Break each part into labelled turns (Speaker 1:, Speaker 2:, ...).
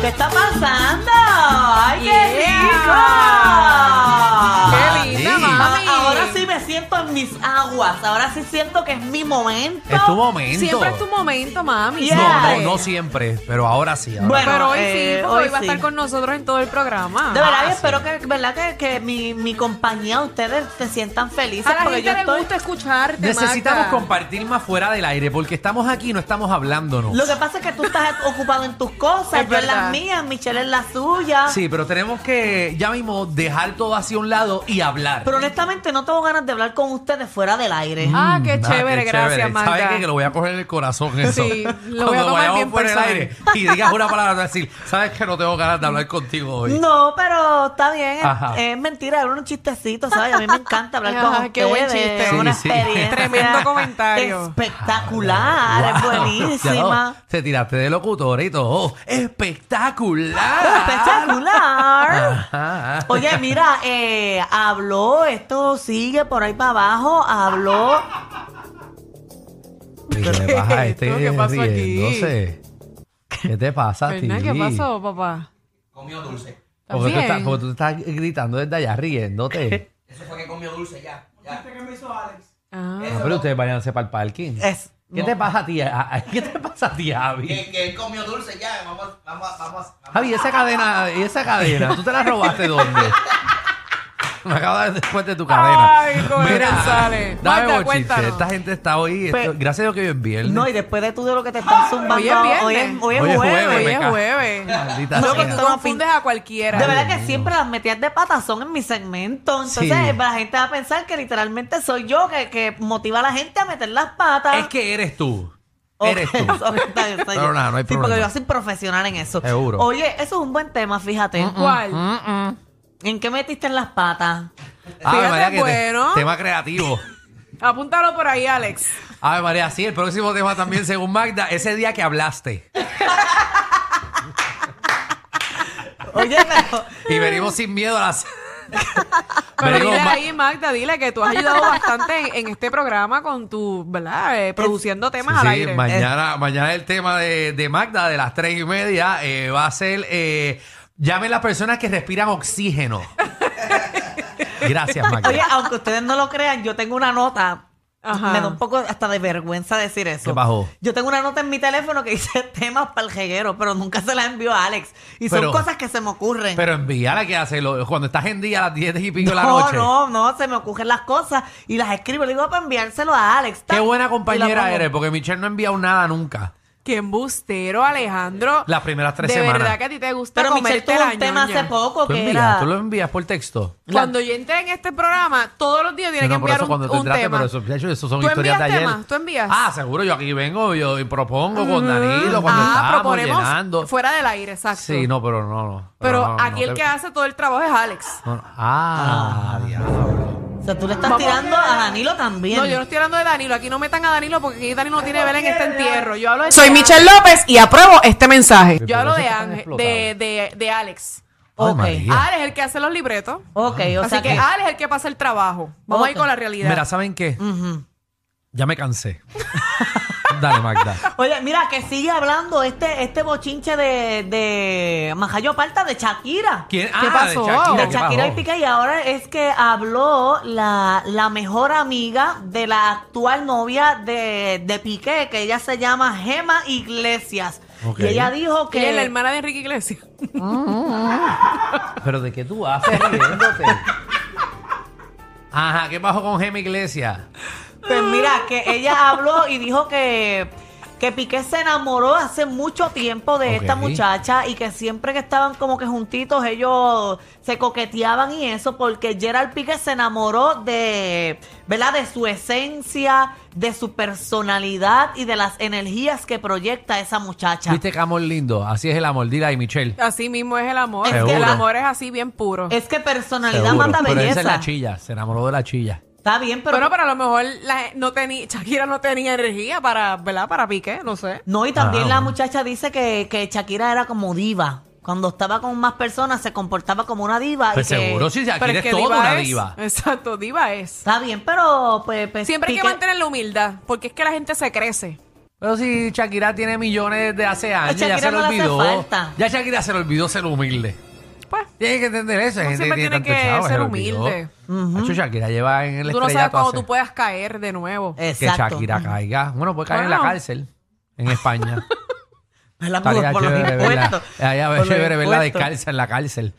Speaker 1: Ah, casi siento que es mi momento.
Speaker 2: Es tu momento.
Speaker 3: Siempre es tu momento, mami.
Speaker 1: Yeah.
Speaker 2: No, no,
Speaker 3: siempre.
Speaker 2: no siempre, pero ahora sí. ahora
Speaker 1: Bueno,
Speaker 3: Pero hoy
Speaker 1: eh,
Speaker 3: sí, porque hoy,
Speaker 1: hoy
Speaker 3: va a
Speaker 1: sí.
Speaker 3: estar con nosotros en todo el programa.
Speaker 1: De verdad,
Speaker 2: Ah,
Speaker 1: yo
Speaker 2: sí.
Speaker 1: espero que, ¿verdad? que, que mi, mi compañía, ustedes se sientan felices.
Speaker 3: a la
Speaker 1: porque
Speaker 3: gente
Speaker 1: yo
Speaker 3: le
Speaker 1: estoy...
Speaker 3: gusta escucharte.
Speaker 2: Necesitamos
Speaker 3: Magda.
Speaker 2: compartir más fuera del aire porque estamos aquí y no estamos hablándonos.
Speaker 1: Lo que pasa es que tú estás ocupado en tus cosas,
Speaker 3: Es
Speaker 1: yo en
Speaker 3: verdad.
Speaker 1: las mías, Michelle en las suyas.
Speaker 2: Sí, pero tenemos que ya mismo dejar todo hacia un lado y hablar.
Speaker 1: Pero honestamente no tengo ganas de hablar con ustedes fuera del aire.
Speaker 3: Ah,
Speaker 2: Mm,
Speaker 3: qué chévere, gracias, Magda.
Speaker 2: ¿Sabes qué? Que lo voy a coger en el corazón eso.
Speaker 3: Sí,
Speaker 2: Cuando
Speaker 3: lo voy a tomar
Speaker 2: vayamos
Speaker 3: bien
Speaker 2: por el
Speaker 3: personal.
Speaker 2: aire y digas una palabra, te voy a decir, ¿sabes que no tengo ganas de hablar contigo hoy?
Speaker 1: No, pero está bien, es-
Speaker 2: Ajá.
Speaker 1: es, mentira, era un chistecito, ¿sabes? A mí me encanta hablar con
Speaker 3: Ajá,
Speaker 1: ustedes.
Speaker 3: qué buen chiste.
Speaker 1: es
Speaker 2: Sí,
Speaker 1: una
Speaker 2: sí.
Speaker 1: experiencia
Speaker 3: Tremendo comentario. Ah,
Speaker 1: Espectacular, es
Speaker 2: Wow.
Speaker 1: buenísima.
Speaker 2: Ya lo- Te tiraste de locutor y todo. ¡Espectacular!
Speaker 1: Espectacular.
Speaker 2: Ah. Ajá.
Speaker 1: Oye, mira, eh, habló, esto sigue por ahí para abajo, habló.
Speaker 2: ¿Qué le pasa a este
Speaker 3: esto? ¿Qué pasó aquí?
Speaker 2: riéndose? ¿Qué te pasa a ti?
Speaker 3: Fernan, ¿qué pasó, papá?
Speaker 4: Comió dulce.
Speaker 2: Porque tú,
Speaker 3: Bien.
Speaker 2: estás, porque tú estás gritando desde allá, riéndote.
Speaker 4: Eso fue que comió dulce, ya. ya.
Speaker 3: Ah.
Speaker 2: No, pero ustedes váyanse para el parking.
Speaker 1: Es,
Speaker 2: ¿Qué te pasa a ti? a- a- ¿Qué te pasa a ti, Javi?
Speaker 4: Que, que él comió dulce, ya. Vamos, vamos, vamos. vamos.
Speaker 2: Javi, esa cadena, ¿y esa cadena, ¿tú te la robaste dónde? Me acabo de dar después de tu cadena.
Speaker 3: Ay, cómo
Speaker 2: Mira,
Speaker 3: sale.
Speaker 2: Dame
Speaker 3: Magda,
Speaker 2: buen chiste.
Speaker 3: cuéntanos.
Speaker 2: Esta gente está hoy. esto-
Speaker 1: Pero-
Speaker 2: gracias a Dios que hoy es viernes.
Speaker 1: no, y después de tú de lo que te están zumbando,
Speaker 3: Hoy es viernes.
Speaker 1: hoy es, hoy es
Speaker 2: Hoy es
Speaker 1: jueves.
Speaker 2: jueves.
Speaker 3: Hoy
Speaker 2: me
Speaker 3: es
Speaker 2: ca-
Speaker 3: jueves.
Speaker 2: Maldita
Speaker 1: No,
Speaker 3: No,
Speaker 2: sea.
Speaker 3: que tú
Speaker 1: Estaba
Speaker 3: confundes a cualquiera.
Speaker 1: De verdad que
Speaker 2: mío.
Speaker 1: siempre las metidas de patas son en mi segmento. Entonces,
Speaker 2: Sí.
Speaker 1: eh, la gente va a pensar que literalmente soy yo que, que motiva a la gente a meter las patas.
Speaker 2: Es que eres tú.
Speaker 1: O-
Speaker 2: Eres tú.
Speaker 1: o que está bien, soy
Speaker 2: Pero
Speaker 1: yo.
Speaker 2: nada, no hay
Speaker 1: sí,
Speaker 2: problema.
Speaker 1: porque yo soy profesional en eso.
Speaker 2: Seguro.
Speaker 1: Oye, eso es un buen tema, fíjate.
Speaker 3: ¿Cuál?
Speaker 1: ¿En qué metiste en las patas?
Speaker 2: Ave María, que te-
Speaker 3: bueno.
Speaker 2: tema creativo.
Speaker 3: Apúntalo por ahí, Alex.
Speaker 2: Ave María, sí, el próximo tema también, según Magda, ese día que hablaste.
Speaker 1: Oye, pero...
Speaker 2: Y venimos sin miedo a las.
Speaker 3: Pero
Speaker 2: Venimos
Speaker 3: dile
Speaker 2: ma-
Speaker 3: ahí, Magda, dile que tú has ayudado bastante en, en este programa con tu, ¿verdad? Eh, produciendo temas
Speaker 2: Sí,
Speaker 3: al
Speaker 2: sí,
Speaker 3: aire. Eh,
Speaker 2: Mañana, mañana el tema de, de Magda de las tres y media eh, va a ser eh, llamen las personas que respiran oxígeno. Gracias, Magda.
Speaker 1: Oye, aunque ustedes no lo crean, yo tengo una nota.
Speaker 3: Ajá.
Speaker 1: Me da un poco hasta de vergüenza decir eso.
Speaker 2: ¿Qué pasó?
Speaker 1: Yo tengo una nota en mi teléfono que dice temas para el jeguero, pero nunca se la envió a Alex. Y
Speaker 2: Pero-
Speaker 1: son cosas que se me ocurren.
Speaker 2: Pero envíala que hace lo- cuando estás en día a las 10 y pico de la
Speaker 1: no,
Speaker 2: noche.
Speaker 1: no, no, se me ocurren las cosas y las escribo. Le digo para enviárselo a Alex.
Speaker 2: Qué
Speaker 1: Tan, y
Speaker 2: buena
Speaker 1: la
Speaker 2: compañera
Speaker 1: pongo.
Speaker 2: eres, porque Michelle no ha enviado nada nunca.
Speaker 3: Qué embustero, Alejandro.
Speaker 2: Las primeras tres
Speaker 3: de
Speaker 2: semanas.
Speaker 3: verdad que a ti te gusta
Speaker 1: Pero Michelle
Speaker 3: comerte
Speaker 1: tuvo
Speaker 3: la
Speaker 1: un tema
Speaker 3: ñoña.
Speaker 1: hace poco
Speaker 2: ¿Tú,
Speaker 1: que
Speaker 2: envías?
Speaker 1: era.
Speaker 2: Pues ¿Tú lo envías por texto?
Speaker 3: Cuando yo entré en este programa, todos los días tienen
Speaker 2: No,
Speaker 3: que
Speaker 2: no, por
Speaker 3: enviar
Speaker 2: eso
Speaker 3: un,
Speaker 2: cuando tú
Speaker 3: un
Speaker 2: entraste,
Speaker 3: tema.
Speaker 2: pero eso, muchachos, eso son
Speaker 3: ¿Tú
Speaker 2: historias de
Speaker 3: envías
Speaker 2: ayer.
Speaker 3: temas? ¿Tú envías?
Speaker 2: Ah, seguro, yo aquí vengo yo, y propongo con Danilo cuando
Speaker 3: ah,
Speaker 2: estábamos
Speaker 3: proponemos
Speaker 2: llenando.
Speaker 3: fuera del aire, exacto.
Speaker 2: Sí, no, pero no, no.
Speaker 3: Pero
Speaker 2: no, no,
Speaker 3: aquí el
Speaker 2: te-
Speaker 3: que hace todo el trabajo es Alex.
Speaker 2: no, no. Ah, diablo.
Speaker 1: O sea, tú le estás
Speaker 3: Vamos.
Speaker 1: tirando a Danilo también.
Speaker 3: No, yo no estoy hablando de Danilo. Aquí no metan a Danilo porque aquí Danilo no tiene vela en este entierro. Yo hablo de
Speaker 5: Soy Michelle López y apruebo este mensaje.
Speaker 3: Yo hablo
Speaker 2: Pero
Speaker 3: de
Speaker 2: eso está
Speaker 3: Ángel,
Speaker 2: explotado.
Speaker 3: de, de, de Alex.
Speaker 2: Ay,
Speaker 1: Ok.
Speaker 2: María.
Speaker 3: Alex es el que hace los libretos.
Speaker 1: Ok, o
Speaker 3: Así
Speaker 1: sea
Speaker 3: que, ah.
Speaker 1: que.
Speaker 3: Alex es el que pasa el trabajo. Vamos a ir
Speaker 1: Ok.
Speaker 3: con la realidad.
Speaker 2: Mira, ¿saben qué?
Speaker 1: Ujú.
Speaker 2: Ya me cansé. Dale, Magda.
Speaker 1: Oye, mira, que sigue hablando este, este bochinche de, de Majayo Parta de Shakira.
Speaker 2: ¿Quién? Ah,
Speaker 3: ¿Qué pasó?
Speaker 2: De Shakira,
Speaker 1: De
Speaker 2: ¿qué
Speaker 1: Shakira y
Speaker 2: pasó?
Speaker 1: Piqué, y ahora es que habló la, la mejor amiga de la actual novia de, de Piqué, que ella se llama Gema Iglesias.
Speaker 2: Ok.
Speaker 1: Y ella dijo
Speaker 3: Ella
Speaker 1: que.
Speaker 3: es la hermana de Enrique Iglesias.
Speaker 2: ¿Pero de qué tú haces riéndote? Ajá, ¿qué pasó con Gema Iglesias?
Speaker 1: Pues mira, que ella habló y dijo que, que Piqué se enamoró hace mucho tiempo de esta
Speaker 2: Ok.
Speaker 1: muchacha y que siempre que estaban como que juntitos ellos se coqueteaban y eso porque Gerard Piqué se enamoró de, ¿verdad? De su esencia, de su personalidad y de las energías que proyecta esa muchacha.
Speaker 2: ¿Viste que amor lindo? Así es el amor. Dila y Michelle.
Speaker 3: Así mismo es el amor.
Speaker 1: Es
Speaker 2: que-
Speaker 3: el amor es así bien puro.
Speaker 1: Es que personalidad
Speaker 2: Seguro.
Speaker 1: mata
Speaker 2: Pero esa es
Speaker 1: belleza.
Speaker 2: la chilla. Se enamoró de la chilla.
Speaker 1: Está bien, pero...
Speaker 3: bueno, pero a lo mejor la- no tenía, Shakira no tenía energía para, ¿verdad? Para Piqué, no sé.
Speaker 1: No, y también
Speaker 2: Ah,
Speaker 1: la
Speaker 2: bueno.
Speaker 1: muchacha dice que, que Shakira era como diva. Cuando estaba con más personas se comportaba como una diva. y
Speaker 2: Pues
Speaker 1: que-
Speaker 2: seguro, si
Speaker 3: Pero
Speaker 2: Shakira
Speaker 3: es
Speaker 2: es
Speaker 3: que
Speaker 2: toda una
Speaker 3: es.
Speaker 2: diva.
Speaker 3: Exacto, diva es.
Speaker 1: Está bien, pero pues, pues,
Speaker 3: Siempre hay que
Speaker 1: Piqué-
Speaker 3: mantener la humildad, porque es que la gente se crece.
Speaker 2: Pero si Shakira tiene millones desde hace años, ya
Speaker 1: Shakira
Speaker 2: se le
Speaker 1: no le hace
Speaker 2: olvidó.
Speaker 1: falta.
Speaker 2: Ya Shakira se le olvidó ser humilde.
Speaker 3: Pues,
Speaker 2: Tienes que entender eso. hay
Speaker 3: Uno
Speaker 2: gente
Speaker 3: siempre
Speaker 2: tiene
Speaker 3: tiene
Speaker 2: tanto
Speaker 3: que
Speaker 2: chavo, se
Speaker 3: ser
Speaker 2: le olvidó.
Speaker 3: humilde.
Speaker 2: Acho, Shakira lleva en el
Speaker 3: tú no sabes
Speaker 2: estrellato
Speaker 3: cuándo
Speaker 2: hace-
Speaker 3: tú puedas caer de nuevo.
Speaker 2: Que
Speaker 1: Exacto.
Speaker 2: Shakira caiga. Bueno, puede caer en la
Speaker 3: Bueno.
Speaker 2: cárcel. En España.
Speaker 1: Es la
Speaker 2: Estaría
Speaker 1: por los
Speaker 2: chévere verla.
Speaker 1: impuestos.
Speaker 2: Allá
Speaker 1: Por los
Speaker 2: chévere verla
Speaker 1: impuestos.
Speaker 2: descalza en la cárcel.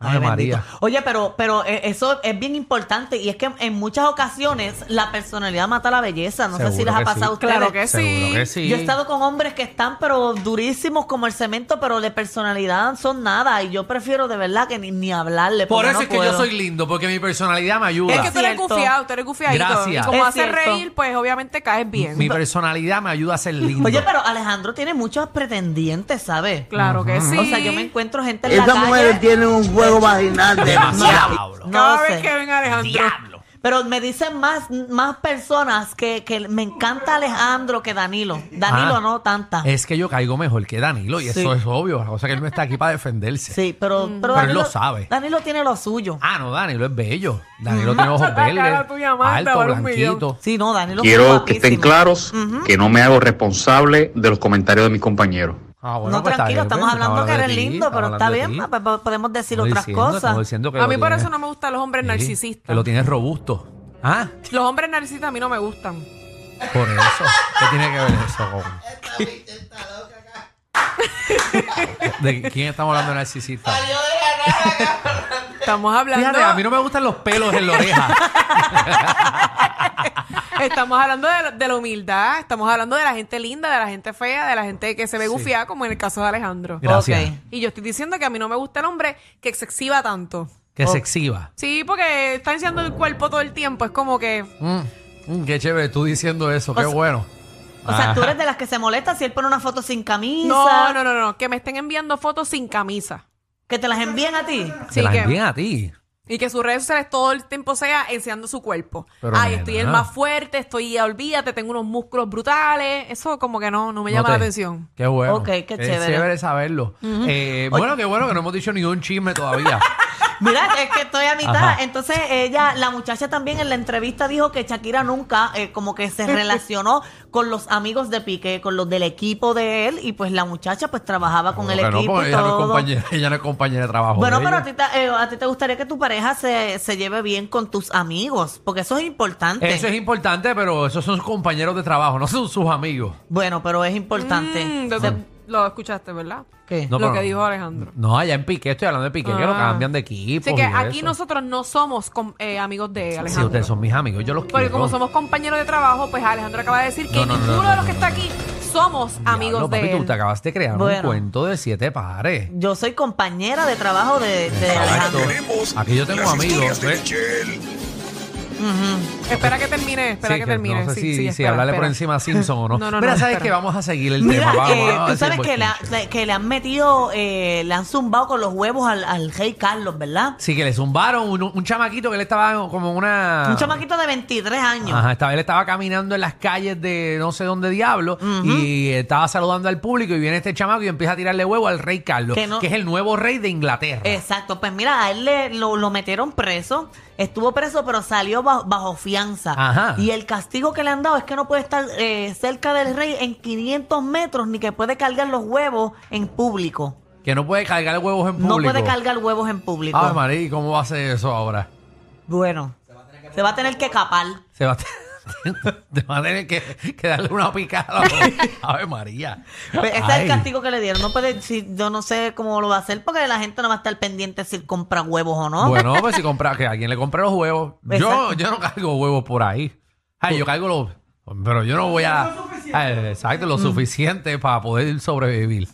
Speaker 1: Ay,
Speaker 2: Ay,
Speaker 1: bendito.
Speaker 2: María.
Speaker 1: Oye, pero, pero eh, eso es bien importante y es que en muchas ocasiones la personalidad mata la belleza. No sé si
Speaker 2: Seguro
Speaker 1: les ha
Speaker 2: que
Speaker 1: pasado
Speaker 2: sí.
Speaker 1: a ustedes.
Speaker 3: Claro que
Speaker 2: Seguro
Speaker 3: sí.
Speaker 2: que sí.
Speaker 1: Yo he estado con hombres que están pero durísimos como el cemento, pero de personalidad son nada y yo prefiero de verdad que ni, ni hablarle.
Speaker 2: Por
Speaker 1: porque
Speaker 2: eso
Speaker 1: no
Speaker 2: es que yo
Speaker 1: puedo.
Speaker 2: soy lindo, porque mi personalidad me ayuda.
Speaker 3: Es que tú eres
Speaker 1: Cierto.
Speaker 3: gufiado, tú eres gufiadito.
Speaker 2: Gracias.
Speaker 3: Y como
Speaker 1: Es
Speaker 3: haces
Speaker 1: cierto.
Speaker 3: reír, pues obviamente caes bien.
Speaker 2: Mi personalidad me ayuda a ser
Speaker 3: Pues
Speaker 2: lindo.
Speaker 1: Oye, pero Alejandro tiene muchos pretendientes, ¿sabes?
Speaker 3: Claro que sí.
Speaker 1: O sea, yo me encuentro gente en la
Speaker 6: Esas
Speaker 1: calle.
Speaker 6: mujeres tienen un juego vaginal demasiado.
Speaker 2: Diablo.
Speaker 1: No
Speaker 3: Cada vez
Speaker 1: sé.
Speaker 3: que ven a Alejandro.
Speaker 2: Diablo.
Speaker 1: Pero me dicen más, más personas que, que me encanta Alejandro que Danilo. Danilo
Speaker 2: Ah.
Speaker 1: no tanta.
Speaker 2: Es que yo caigo mejor que Danilo y
Speaker 1: Sí.
Speaker 2: eso es obvio. La cosa que él no está aquí para defenderse.
Speaker 1: Sí, pero, pero,
Speaker 2: Mm. Pero él
Speaker 1: Danilo,
Speaker 2: lo sabe.
Speaker 1: Danilo tiene lo suyo.
Speaker 2: Ah, no, Danilo es bello. Danilo tiene ojos
Speaker 3: La cara
Speaker 2: verdes.
Speaker 3: tuya, Amanda,
Speaker 2: Alto,
Speaker 3: vale un
Speaker 2: blanquito.
Speaker 1: Sí, no, Danilo
Speaker 7: Quiero que estén
Speaker 1: guapísimo.
Speaker 7: claros que no me hago responsable de los comentarios de mis compañeros.
Speaker 2: Ah,
Speaker 1: No,
Speaker 2: pues está
Speaker 1: tranquilo,
Speaker 2: bien,
Speaker 1: estamos
Speaker 2: pues,
Speaker 1: hablando que
Speaker 2: de
Speaker 1: eres
Speaker 2: ti,
Speaker 1: lindo,
Speaker 2: estamos
Speaker 1: pero está
Speaker 2: hablando de
Speaker 1: bien,
Speaker 2: ti.
Speaker 1: pa- pa- podemos decir
Speaker 2: Estamos
Speaker 1: otras
Speaker 2: diciendo,
Speaker 1: cosas.
Speaker 2: estamos diciendo que
Speaker 3: A
Speaker 2: lo
Speaker 3: mí por
Speaker 2: tienes-
Speaker 3: eso no me gustan los hombres
Speaker 2: Sí, Que
Speaker 3: narcisistas.
Speaker 2: lo tienes robusto. Ah,
Speaker 3: Los hombres narcisistas a mí no me gustan.
Speaker 2: por eso. ¿Qué tiene que ver eso con...?
Speaker 4: Esta bicha está loca acá.
Speaker 2: ¿De quién estamos hablando de narcisista?
Speaker 4: Salió de la nada acá.
Speaker 3: Estamos hablando,
Speaker 2: Fíjate, a mí no me gustan los pelos en la oreja.
Speaker 3: estamos hablando de, la- de la humildad, estamos hablando de la gente linda, de la gente fea, de la gente que se ve
Speaker 2: Sí.
Speaker 3: gufiada, como en el caso de Alejandro.
Speaker 2: Gracias.
Speaker 1: Ok.
Speaker 3: Y yo estoy diciendo que a mí no me gusta el hombre que se exhiba tanto.
Speaker 2: Que se exhiba.
Speaker 3: Sí, porque está enseñando el cuerpo todo el tiempo. Es como que
Speaker 2: Mm, mm, qué chévere tú diciendo eso, qué
Speaker 1: sea-
Speaker 2: bueno. Ah,
Speaker 1: O sea, tú
Speaker 2: Ajá.
Speaker 1: eres de las que se molesta si él pone una foto sin camisa.
Speaker 3: No, no, no, no. Que me estén enviando fotos sin camisa.
Speaker 1: Que te las envíen a ti.
Speaker 2: Te
Speaker 3: Sí,
Speaker 2: las
Speaker 3: que-
Speaker 2: envían a ti.
Speaker 3: Y que sus redes sociales todo el tiempo sea enseñando su cuerpo.
Speaker 2: Pero,
Speaker 3: Ay,
Speaker 2: nena.
Speaker 3: estoy el más fuerte, estoy, olvídate, tengo unos músculos brutales. Eso como que no, no me
Speaker 2: No
Speaker 3: llama
Speaker 2: te-
Speaker 3: la atención.
Speaker 2: Qué bueno.
Speaker 1: Ok, qué chévere.
Speaker 2: Es chévere saberlo. Eh, bueno, qué bueno que no hemos dicho ni un chisme todavía.
Speaker 1: Mira, es que estoy a mitad.
Speaker 2: Ajá.
Speaker 1: Entonces, ella, la muchacha también en la entrevista dijo que Shakira nunca eh, como que se relacionó con los amigos de Piqué, con los del equipo de él. Y pues la muchacha pues trabajaba con
Speaker 2: Como
Speaker 1: el
Speaker 2: que no,
Speaker 1: equipo
Speaker 2: porque
Speaker 1: y
Speaker 2: ella no es
Speaker 1: todo.
Speaker 2: compañera, ella no es compañera de trabajo.
Speaker 1: Bueno,
Speaker 2: de
Speaker 1: pero a
Speaker 2: ella.
Speaker 1: ti, te, eh, a ti te gustaría que tu pareja se, se lleve bien con tus amigos, porque eso es importante.
Speaker 2: Eso es importante, pero esos son sus compañeros de trabajo, no son sus amigos.
Speaker 1: Bueno, pero es importante.
Speaker 3: Mm,
Speaker 1: O
Speaker 3: entonces,
Speaker 1: sea,
Speaker 3: lo escuchaste, ¿verdad?
Speaker 1: ¿qué?
Speaker 2: No,
Speaker 3: lo
Speaker 2: pero-
Speaker 3: que dijo Alejandro.
Speaker 2: No, allá en Piqué, estoy hablando de Piqué, que lo
Speaker 3: Ah.
Speaker 2: cambian de equipo.
Speaker 3: Así que
Speaker 2: y
Speaker 3: aquí
Speaker 2: eso.
Speaker 3: nosotros no somos com- eh, amigos de Alejandro.
Speaker 2: Sí, ustedes son mis amigos, yo los
Speaker 3: Porque
Speaker 2: quiero.
Speaker 3: como somos compañeros de trabajo, pues Alejandro acaba de decir que
Speaker 2: No, no, no,
Speaker 3: ninguno
Speaker 2: no,
Speaker 3: de
Speaker 2: no,
Speaker 3: los que
Speaker 2: no,
Speaker 3: está
Speaker 2: no.
Speaker 3: aquí somos amigos
Speaker 2: Diablo, papi,
Speaker 3: de él.
Speaker 2: tú te acabaste de crear
Speaker 1: Bueno.
Speaker 2: un cuento de siete pares.
Speaker 1: Yo soy compañera de trabajo de, de
Speaker 2: Exacto.
Speaker 1: Alejandro.
Speaker 2: Aquí yo tengo amigos. eh, ¿ves?
Speaker 3: Espera que termine,
Speaker 2: Sí,
Speaker 3: espera que
Speaker 2: que
Speaker 3: termine.
Speaker 2: No sé
Speaker 3: sí,
Speaker 2: si,
Speaker 3: sí,
Speaker 2: si
Speaker 3: espera,
Speaker 2: hablarle por
Speaker 3: espera.
Speaker 2: encima a Simpson o no.
Speaker 3: No, no,
Speaker 2: Mira,
Speaker 3: no,
Speaker 2: ¿sabes
Speaker 3: espera.
Speaker 2: que Vamos a seguir el
Speaker 1: Mira,
Speaker 2: tema. Vamos,
Speaker 1: eh,
Speaker 2: vamos a
Speaker 1: tú
Speaker 2: decir
Speaker 1: sabes que, la-
Speaker 2: bochinche.
Speaker 1: que le han metido, eh, le han zumbado con los huevos al, al rey Carlos, ¿verdad?
Speaker 2: Sí, que le zumbaron un, un chamaquito que él estaba como en una...
Speaker 1: Un chamaquito de 23 años.
Speaker 2: Ah. Ajá, estaba, él estaba caminando en las calles de no sé dónde diablo y estaba saludando al público y viene este chamaco y empieza a tirarle huevo al rey Carlos,
Speaker 1: Que no-
Speaker 2: que es el nuevo rey de Inglaterra.
Speaker 1: Exacto, pues mira, a él le, lo, lo metieron preso, estuvo preso pero salió ba- bajo, fianza.
Speaker 2: Ajá.
Speaker 1: Y el castigo que le han dado es que no puede estar eh, cerca del rey en 500 metros ni que puede cargar los huevos en público.
Speaker 2: Que no puede cargar huevos en público. Ah,
Speaker 1: No puede cargar huevos en público.
Speaker 2: Ay, María, ¿y ¿cómo va a ser eso ahora?
Speaker 1: bueno, se va a tener que capar.
Speaker 2: Se va a tener, te va a tener que, que darle una picada. A ver, María.
Speaker 1: Pues ese es
Speaker 2: Ay.
Speaker 1: el castigo que le dieron. No puede, si, yo no sé cómo lo va a hacer porque la gente no va a estar pendiente si compra huevos o no.
Speaker 2: Bueno, pues si compra, que a quien le compré los huevos. Yo,
Speaker 1: Exacto.
Speaker 2: yo no cargo huevos por ahí. Ay, yo cargo los. Pero yo no voy a. Ay, exacto,
Speaker 1: Mm.
Speaker 2: lo suficiente para poder sobrevivir.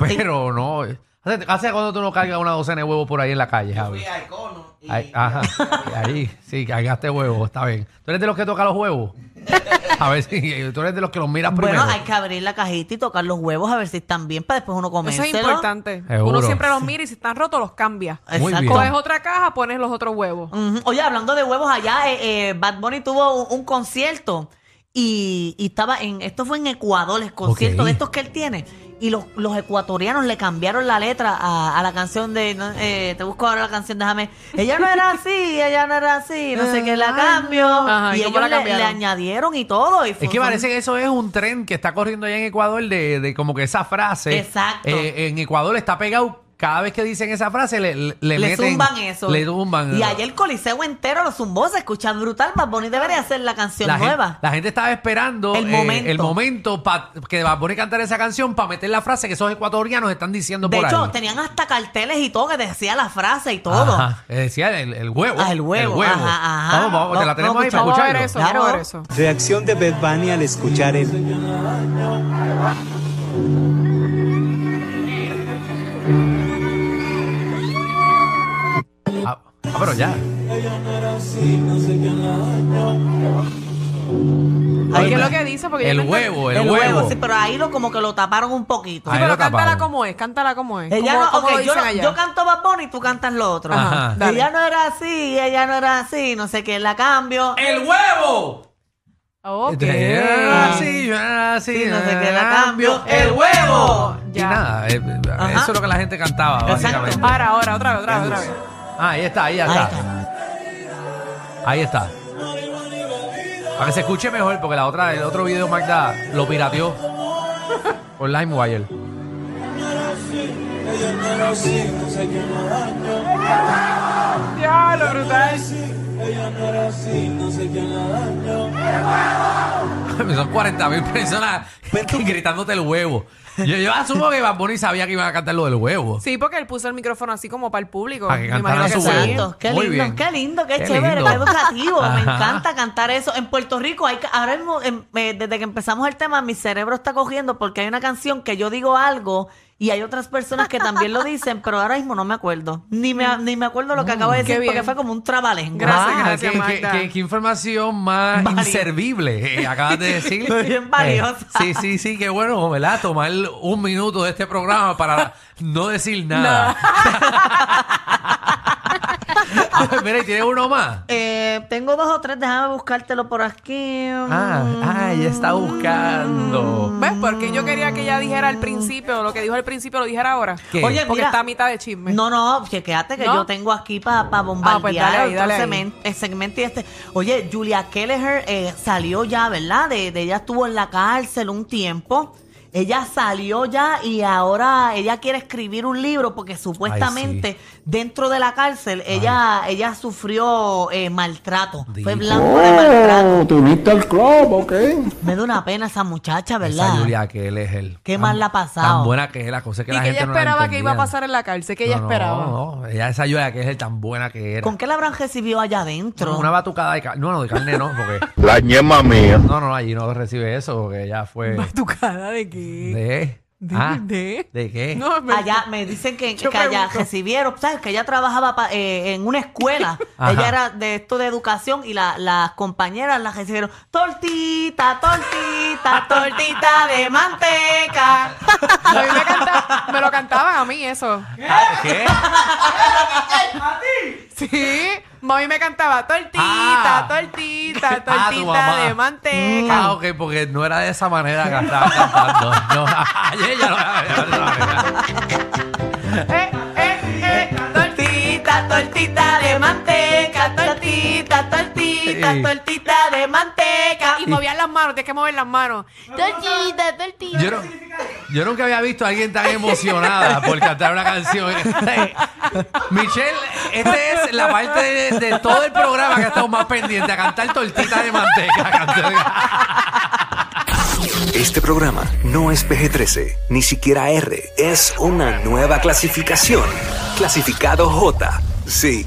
Speaker 2: Pero no. ¿Hace, hace cuando tú no cargas una docena de huevos por ahí en la calle, Javi?
Speaker 4: Fui a Econo y
Speaker 2: Ay, ah. ajá. Ahí, sí, cargaste huevos, está bien. ¿Tú eres de los que toca los huevos? A ver si tú eres de los que los miras primero.
Speaker 1: Bueno, hay que abrir la cajita y tocar los huevos a ver si están bien para después uno
Speaker 3: Eso
Speaker 1: comérselo.
Speaker 3: es importante.
Speaker 2: Seguro.
Speaker 3: Uno siempre los mira y si están rotos los cambia.
Speaker 2: Muy
Speaker 1: Exacto.
Speaker 2: bien.
Speaker 3: Coges otra caja, pones los otros huevos.
Speaker 1: Ujú. Oye, hablando de huevos allá, eh, eh, Bad Bunny tuvo un, un concierto y, y estaba en, esto fue en Ecuador, el concierto
Speaker 2: Ok.
Speaker 1: de estos que él tiene. Y los, los ecuatorianos le cambiaron la letra a, a la canción de, no, eh, te busco ahora la canción, déjame. Ella no era así, ella no era así, no sé qué, la cambio.
Speaker 3: Ajá, ¿y
Speaker 1: y
Speaker 3: cómo
Speaker 1: ellos le,
Speaker 3: la cambiaron?
Speaker 1: le añadieron y todo. y fue-
Speaker 2: Es que parece que eso es un tren que está corriendo allá en Ecuador de, de como que esa frase.
Speaker 1: Exacto.
Speaker 2: eh, en Ecuador está pegado cada vez que dicen esa frase le, le, le
Speaker 1: le
Speaker 2: meten-
Speaker 1: zumban eso.
Speaker 2: Le zumban.
Speaker 1: Y ayer el Coliseo entero lo zumbó, se escucha brutal. Bad Bunny debería hacer la canción
Speaker 2: la
Speaker 1: nueva.
Speaker 2: Gente, la gente estaba esperando
Speaker 1: El
Speaker 2: eh,
Speaker 1: momento.
Speaker 2: el momento pa- que va a poner a cantar esa canción para meter la frase que esos ecuatorianos están diciendo
Speaker 1: de
Speaker 2: por
Speaker 1: hecho,
Speaker 2: ahí.
Speaker 1: tenían hasta carteles y todo que decía la frase y todo.
Speaker 2: Ajá, eh, decía el, el huevo.
Speaker 1: Ah, el huevo, ajá, ajá.
Speaker 2: Vamos, vamos,
Speaker 1: No,
Speaker 2: te la tenemos
Speaker 1: no,
Speaker 2: ahí para
Speaker 3: Vamos a ver
Speaker 2: escucharlo.
Speaker 3: eso, vamos a ver
Speaker 1: Claro.
Speaker 3: eso.
Speaker 8: Reacción de Bad Bunny al escuchar el...
Speaker 2: Ah, ah, pero ya.
Speaker 3: Ay, ¿Qué es lo que dice? Porque yo
Speaker 2: El
Speaker 3: no entiendo.
Speaker 2: huevo, el, huevo.
Speaker 1: sí, pero ahí lo como que lo taparon un poquito.
Speaker 3: Sí,
Speaker 2: Ahí
Speaker 3: pero
Speaker 2: lo
Speaker 3: cántala
Speaker 2: taparon.
Speaker 3: como es, cántala como es.
Speaker 1: Ella
Speaker 3: como,
Speaker 1: no-
Speaker 3: como
Speaker 1: ok, yo,
Speaker 3: dicen
Speaker 1: no-
Speaker 3: allá.
Speaker 1: yo canto Bad Bunny y tú cantas lo otro.
Speaker 2: Ajá.
Speaker 3: Dale.
Speaker 1: Ella no era así, ella no era así, no sé qué, la cambio.
Speaker 2: ¡El huevo!
Speaker 3: Ok.
Speaker 2: Ah, Sí, yo era así,
Speaker 1: Sí, no sé qué, la
Speaker 2: ah,
Speaker 1: cambio.
Speaker 2: ¡El huevo! Y
Speaker 3: Ya.
Speaker 2: nada, eh, eh,
Speaker 1: Ajá.
Speaker 2: eso es lo que la gente cantaba,
Speaker 1: Exacto.
Speaker 2: básicamente.
Speaker 3: Ahora, ahora, otra vez, otra vez, otra vez.
Speaker 2: Ah, ahí está, ahí ya
Speaker 1: Ahí
Speaker 2: está. Ahí está. Para que se escuche mejor, porque la otra, el otro video Magda lo pirateó por LimeWire.
Speaker 3: Ya, lo brutal.
Speaker 2: Son 40 mil personas gritándote el huevo. Yo, yo asumo que Bad Bunny sabía que iban a cantar lo del huevo.
Speaker 3: Sí, porque él puso el micrófono así como para el público.
Speaker 2: Para que
Speaker 3: Me
Speaker 2: cantaran su
Speaker 3: imagino que sí.
Speaker 2: huevo.
Speaker 1: Exacto, qué
Speaker 2: Muy
Speaker 1: lindo,
Speaker 2: bien.
Speaker 1: qué lindo, qué,
Speaker 2: Qué
Speaker 1: chévere,
Speaker 2: lindo.
Speaker 1: qué educativo.
Speaker 2: Ajá.
Speaker 1: Me encanta cantar eso. En Puerto Rico, hay, ca- ahora mismo, em, eh, desde que empezamos el tema, mi cerebro está cogiendo porque hay una canción que yo digo algo y hay otras personas que también lo dicen, pero ahora mismo no me acuerdo. Ni me, ni me acuerdo lo que acabo de
Speaker 3: Mm, qué
Speaker 1: decir porque
Speaker 3: bien.
Speaker 1: fue como un trabalengua.
Speaker 3: Gracias,
Speaker 2: Ah,
Speaker 3: gracias,
Speaker 2: qué,
Speaker 3: Magda.
Speaker 2: qué- qué- qué información más
Speaker 1: Valiosa.
Speaker 2: inservible eh, acabas de decir.
Speaker 1: Bien valiosa.
Speaker 2: Eh, sí, sí, sí, qué bueno, ¿verdad? Tomar un minuto de este programa para no decir nada. Ah, Mira, y tienes uno más.
Speaker 1: Eh, tengo dos o tres, déjame buscártelo por aquí.
Speaker 2: Ah, ah, ya está buscando.
Speaker 3: ¿Ves? Porque yo quería que ella dijera al principio, lo que dijo al principio lo dijera ahora.
Speaker 2: ¿Qué?
Speaker 3: Oye, porque
Speaker 1: mira.
Speaker 3: está a mitad de chisme.
Speaker 1: No, no, que quédate que
Speaker 3: ¿No?
Speaker 1: yo tengo aquí para bombardear
Speaker 3: Ah, pues dale ahí,
Speaker 1: otro
Speaker 3: dale ahí.
Speaker 1: semen- eh, segmento y este. Oye, Julia Kelleher eh, salió ya, ¿verdad? De, de- ella estuvo en la cárcel un tiempo. Ella salió ya y ahora ella quiere escribir un libro porque supuestamente dentro de la cárcel ella ella sufrió eh, maltrato. Fue
Speaker 2: Dijo.
Speaker 1: blanco de maltrato.
Speaker 6: te uniste Oh, al club, ¿ok?
Speaker 1: Me da una pena esa muchacha, ¿verdad?
Speaker 2: Esa Julia que él es él.
Speaker 1: Qué
Speaker 2: Tan-
Speaker 1: mal la ha pasado.
Speaker 2: Tan buena que es la cosa es que
Speaker 3: y
Speaker 2: la
Speaker 3: que
Speaker 2: gente
Speaker 3: ella
Speaker 2: no la
Speaker 3: esperaba que iba a
Speaker 2: entendía.
Speaker 3: pasar en la cárcel, que ella
Speaker 2: No, no,
Speaker 3: esperaba.
Speaker 2: No, ella esa Julia que es el tan buena que era.
Speaker 1: ¿Con qué la habrán recibido allá adentro?
Speaker 2: Una batucada de carne. No, no, de carne no, porque.
Speaker 7: La ñema mía.
Speaker 2: No, no, allí no recibe eso, porque ella fue.
Speaker 3: ¿Tu cara de qué?
Speaker 2: ¿De?
Speaker 3: ¿De?
Speaker 2: Ah,
Speaker 3: de-
Speaker 2: ¿De qué?
Speaker 3: No, me-
Speaker 1: Allá me dicen que,
Speaker 3: Yo
Speaker 1: que allá
Speaker 3: pregunto.
Speaker 1: recibieron, ¿sabes? Que ella trabajaba pa- eh, en una escuela.
Speaker 2: Ajá.
Speaker 1: ella era de esto de educación y la- las compañeras las recibieron. Tortita, tortita, tortita de manteca.
Speaker 3: A mí me, canta- me lo cantaban a mí eso.
Speaker 2: Ah, ¿Qué?
Speaker 3: Sí, mami me cantaba tortita,
Speaker 2: Ah.
Speaker 3: tortita,
Speaker 2: Ah, tu
Speaker 3: tortita
Speaker 2: mamá.
Speaker 3: de manteca.
Speaker 2: Ah, ok, porque no era de esa manera que estaba cantando. No, ayer ya no era de esa manera.
Speaker 3: Eh, eh, eh, tortita, tortita de manteca, tortita, tortita,
Speaker 2: Sí.
Speaker 3: tortita de manteca.
Speaker 2: Mm.
Speaker 3: Y movían las manos, tienes que mover las manos.
Speaker 2: Yo, no- yo nunca había visto a alguien tan emocionada por cantar una canción. Michelle, esta es la parte de, de todo el programa que ha estado más pendiente a cantar tortita de manteca. a cantar-
Speaker 9: Este programa no es PG-13, ni siquiera R. Es una nueva clasificación. Clasificado J. Sí.